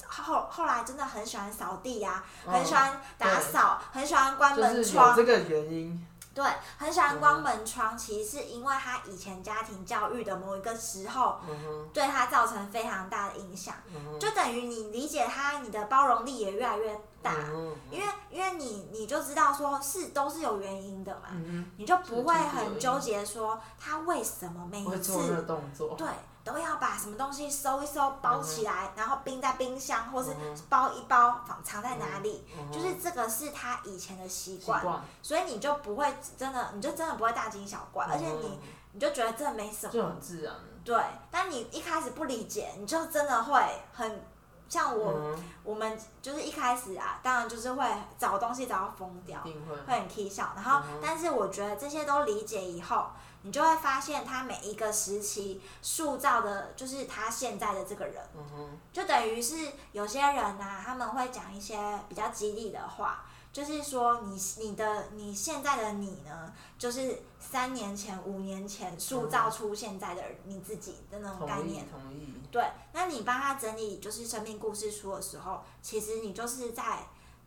[SPEAKER 2] 后后来真的很喜欢扫地呀、很喜欢打扫，很喜欢
[SPEAKER 1] 嗯
[SPEAKER 2] 关
[SPEAKER 1] 哦就
[SPEAKER 2] 门
[SPEAKER 1] 是有嗯
[SPEAKER 2] 窗，
[SPEAKER 1] 这个原因，
[SPEAKER 2] 对，很喜欢关门窗。其实是因为他以前家庭教育的某一个时候，
[SPEAKER 1] 嗯
[SPEAKER 2] 对他造成非常大的影响，就等于你理解他，你的包容力也越来越大。
[SPEAKER 1] 嗯
[SPEAKER 2] 因为因为你你就知道说是都是有原因的嘛，
[SPEAKER 1] 嗯
[SPEAKER 2] 你就不会
[SPEAKER 1] 是就是有原因
[SPEAKER 2] 很纠结说他为什么每
[SPEAKER 1] 哼，会
[SPEAKER 2] 一
[SPEAKER 1] 做这个
[SPEAKER 2] 次
[SPEAKER 1] 动作，
[SPEAKER 2] 对都要把什么东西收一收包起来，然后冰在冰箱或是
[SPEAKER 1] 嗯
[SPEAKER 2] 包一包放藏在哪里，
[SPEAKER 1] 嗯哼
[SPEAKER 2] 就是这个是他以前的习
[SPEAKER 1] 习
[SPEAKER 2] 惯，
[SPEAKER 1] 惯，
[SPEAKER 2] 所以你就不会真的你就真的不会大惊小怪，而且你你就觉得这没
[SPEAKER 1] 嗯
[SPEAKER 2] 什么，
[SPEAKER 1] 就很自然，
[SPEAKER 2] 对，但你一开始不理解，你就真的会很像我。
[SPEAKER 1] 嗯
[SPEAKER 2] 我们就是一开始啊，当然就是会找东西找到疯掉
[SPEAKER 1] 一，定会，
[SPEAKER 2] 会很 k 笑。然后，但是我觉得这些都理解以后，你就会发现他每一个时期塑造的就是他现在的这个人，
[SPEAKER 1] 嗯哼，
[SPEAKER 2] 就等于是有些人呐、啊，他们会讲一些比较激励的话。就是说你你的你现在的你呢，就是三年前、五年前塑造出现在的你自己的那种概
[SPEAKER 1] 同意
[SPEAKER 2] 念。
[SPEAKER 1] 同意，
[SPEAKER 2] 对，那你帮他整理就是生命故事书的时候，其实你就是在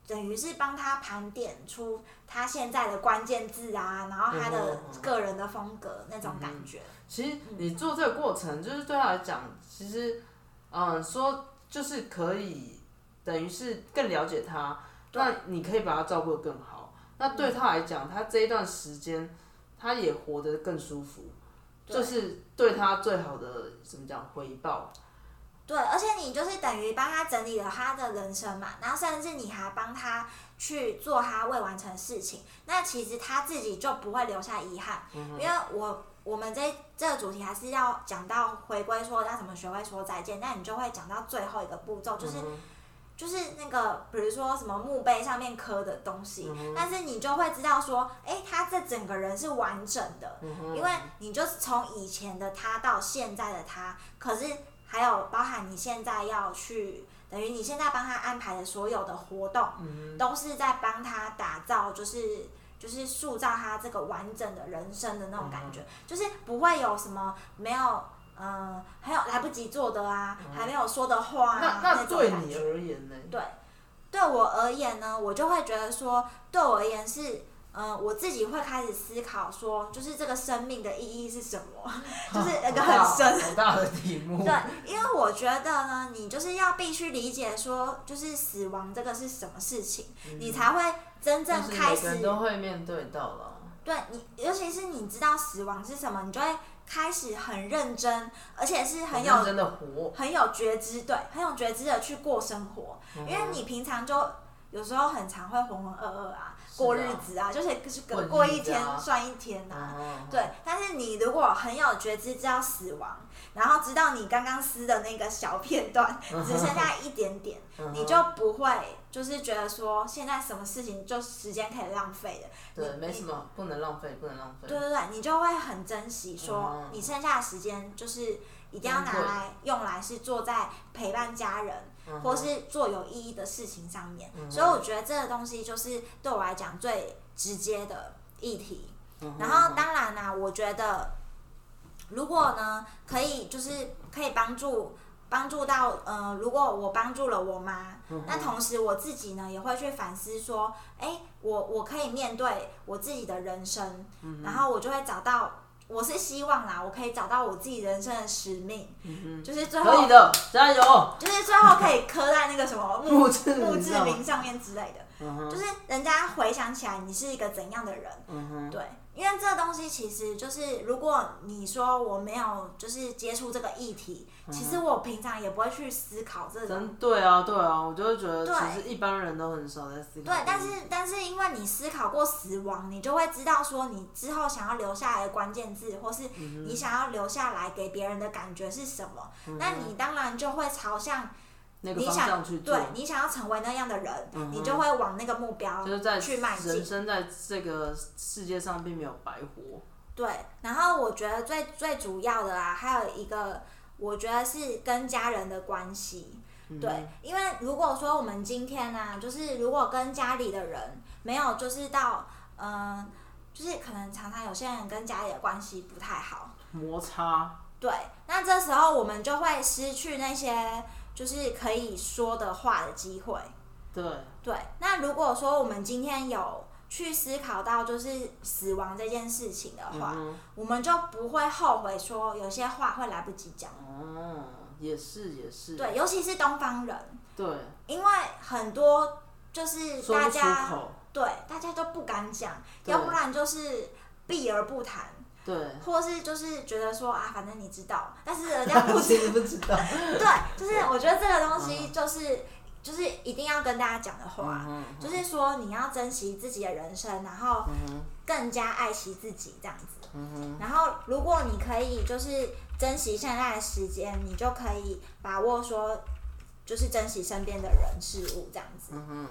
[SPEAKER 2] 等于是帮他盘点出他现在的关键字啊，然后他的
[SPEAKER 1] 嗯哼嗯哼嗯
[SPEAKER 2] 个人的风格那种感觉。
[SPEAKER 1] 其实你做这个过程，就是对他来讲，其实，嗯，说就是可以，等于是更了解他，
[SPEAKER 2] 对
[SPEAKER 1] 那你可以把他照顾得更好。那对他来讲，他这一段时间，他也活得更舒服，
[SPEAKER 2] 对
[SPEAKER 1] 就是对他最好的怎么讲回报。
[SPEAKER 2] 对，而且你就是等于帮他整理了他的人生嘛，然后甚至你还帮他去做他未完成的事情，那其实他自己就不会留下遗憾，
[SPEAKER 1] 嗯
[SPEAKER 2] 因为我我们这这个主题还是要讲到回归说要怎么学会说再见，那你就会讲到最后一个步骤，就是、就是那个比如说什么墓碑上面刻的东西，
[SPEAKER 1] 嗯
[SPEAKER 2] 但是你就会知道说，哎，他这整个人是完整的，
[SPEAKER 1] 嗯
[SPEAKER 2] 因为你就是从以前的他到现在的他，可是还有包含你现在要去，等于你现在帮他安排的所有的活动，
[SPEAKER 1] 嗯
[SPEAKER 2] 都是在帮他打造，就是就是塑造他这个完整的人生的那种感觉，
[SPEAKER 1] 嗯
[SPEAKER 2] 就是不会有什么没有。嗯，还有来不及做的啊，还没有说的话啊
[SPEAKER 1] 嗯那，
[SPEAKER 2] 那
[SPEAKER 1] 那
[SPEAKER 2] 种
[SPEAKER 1] 对
[SPEAKER 2] 感
[SPEAKER 1] 你
[SPEAKER 2] 觉
[SPEAKER 1] 而言呢？
[SPEAKER 2] 对，对我而言呢，我就会觉得说，对我而言是，呃，我自己会开始思考说，就是这个生命的意义是什么， 就是那个很深。
[SPEAKER 1] 很大的题 目。
[SPEAKER 2] 对，因为我觉得呢，你就是要必须理解说，就是死亡这个是什么事情，你才会真正
[SPEAKER 1] 嗯就是
[SPEAKER 2] 开
[SPEAKER 1] 每
[SPEAKER 2] 始
[SPEAKER 1] 个人都会面对到了。
[SPEAKER 2] 对你，尤其是你知道死亡是什么，你就会开始很认真，而且是很有
[SPEAKER 1] 认真的活，
[SPEAKER 2] 很有觉知，对，很有觉知的去过生活，
[SPEAKER 1] 嗯
[SPEAKER 2] 因为你平常就有时候很常会浑浑噩噩啊，
[SPEAKER 1] 是啊
[SPEAKER 2] 过日子啊，就是就是
[SPEAKER 1] 混日子啊
[SPEAKER 2] 过一天算一天呐、啊。
[SPEAKER 1] 嗯
[SPEAKER 2] 对，但是你如果很有觉知，知道死亡，然后知道你刚刚撕的那个小片段
[SPEAKER 1] 嗯
[SPEAKER 2] 只剩下一点点，你就不会就是觉得说现在什么事情就时间可以浪费了，
[SPEAKER 1] 对，
[SPEAKER 2] 你
[SPEAKER 1] 没什么，不能浪费，不能浪费。
[SPEAKER 2] 对对对，你就会很珍惜，说
[SPEAKER 1] 嗯
[SPEAKER 2] 你剩下的时间就是一定要拿来用来是做在陪伴家人，
[SPEAKER 1] 嗯
[SPEAKER 2] 或是做有意义的事情上面。所以我觉得这个东西就是对我来讲最直接的议题。
[SPEAKER 1] 嗯
[SPEAKER 2] 然后当然啦、我觉得如果呢，可以就是可以帮助帮助到呃，如果我帮助了我妈，
[SPEAKER 1] 嗯
[SPEAKER 2] 那同时我自己呢也会去反思说，哎、我我可以面对我自己的人生，
[SPEAKER 1] 嗯
[SPEAKER 2] 然后我就会找到。我是希望啦，我可以找到我自己人生的使命，就是最
[SPEAKER 1] 嗯可
[SPEAKER 2] 后
[SPEAKER 1] 以的，加油！
[SPEAKER 2] 就是最后可以刻在那个 什么
[SPEAKER 1] 墓志铭
[SPEAKER 2] 墓志
[SPEAKER 1] 上嗯
[SPEAKER 2] 铭上面之类的，就是人家回想起来你是一个怎样的人，
[SPEAKER 1] 嗯
[SPEAKER 2] 对，因为这东西其实就是如果你说我没有就是接触这个议题，其实我平常也不会去思考这种。
[SPEAKER 1] 嗯真对啊，对啊，我就会觉得
[SPEAKER 2] 对
[SPEAKER 1] 其实一般人都很少在思考
[SPEAKER 2] 对
[SPEAKER 1] 这个。，
[SPEAKER 2] 但是但是因为你思考过死亡，你就会知道说你之后想要留下来的关键字，或是
[SPEAKER 1] 嗯
[SPEAKER 2] 你想要留下来给别人的感觉是什么，那你当然就会朝向
[SPEAKER 1] 那个
[SPEAKER 2] 你
[SPEAKER 1] 方向
[SPEAKER 2] 想
[SPEAKER 1] 去做嗯
[SPEAKER 2] 对，你想要成为那样的人，你就会往那个目标
[SPEAKER 1] 就是在
[SPEAKER 2] 去迈进
[SPEAKER 1] 人。生在这个世界上并没有白活。
[SPEAKER 2] 对，然后我觉得最最主要的啊，还有一个，我觉得是跟家人的关系。
[SPEAKER 1] 嗯
[SPEAKER 2] 对，因为如果说我们今天呢、啊，就是如果跟家里的人没有，就是到嗯、呃就是可能常常有些人跟家里的关系不太好，
[SPEAKER 1] 摩擦，
[SPEAKER 2] 对，那这时候我们就会失去那些就是可以说的话的机会。
[SPEAKER 1] 对，
[SPEAKER 2] 对，那如果说我们今天有去思考到就是死亡这件事情的
[SPEAKER 1] 嗯
[SPEAKER 2] 话，我们就不会后悔说有些话会来不及讲。
[SPEAKER 1] 哦，也是也是，
[SPEAKER 2] 对，尤其是东方人，
[SPEAKER 1] 对，
[SPEAKER 2] 因为很多就是
[SPEAKER 1] 说
[SPEAKER 2] 大
[SPEAKER 1] 不出
[SPEAKER 2] 家
[SPEAKER 1] 口，
[SPEAKER 2] 对大家都不敢讲，
[SPEAKER 1] 对
[SPEAKER 2] 要不然就是避而不谈，
[SPEAKER 1] 对，
[SPEAKER 2] 或是就是觉得说啊，反正你知道，但是人家 不知
[SPEAKER 1] 知不知道？
[SPEAKER 2] 对，就是我觉得这个东西就是、就是一定要跟大家讲的话，
[SPEAKER 1] 嗯
[SPEAKER 2] 就是说你要珍惜自己的人生，然后更加爱惜自己这样子。
[SPEAKER 1] 嗯
[SPEAKER 2] 然后如果你可以就是珍惜现在的时间，你就可以把握说就是珍惜身边的人事物这样子。
[SPEAKER 1] 嗯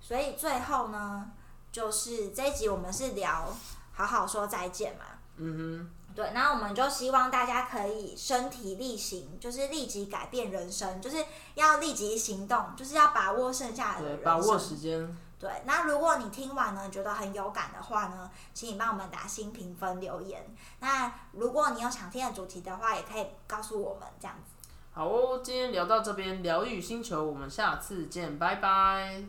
[SPEAKER 2] 所以最后呢，就是这一集我们是聊好好说再见嘛。
[SPEAKER 1] 嗯
[SPEAKER 2] 对，那我们就希望大家可以身体力行，就是立即改变人生，就是要立即行动，就是要把握剩下
[SPEAKER 1] 哼，
[SPEAKER 2] 的
[SPEAKER 1] 对，
[SPEAKER 2] 人
[SPEAKER 1] 把握
[SPEAKER 2] 生。
[SPEAKER 1] 时间，
[SPEAKER 2] 对，那如果你听完呢觉得很有感的话呢，请你帮我们打新评分留言。那如果你有想听的主题的话，也可以告诉我们这样子。
[SPEAKER 1] 好哦，今天聊到这边，疗愈星球，我们下次见，拜拜。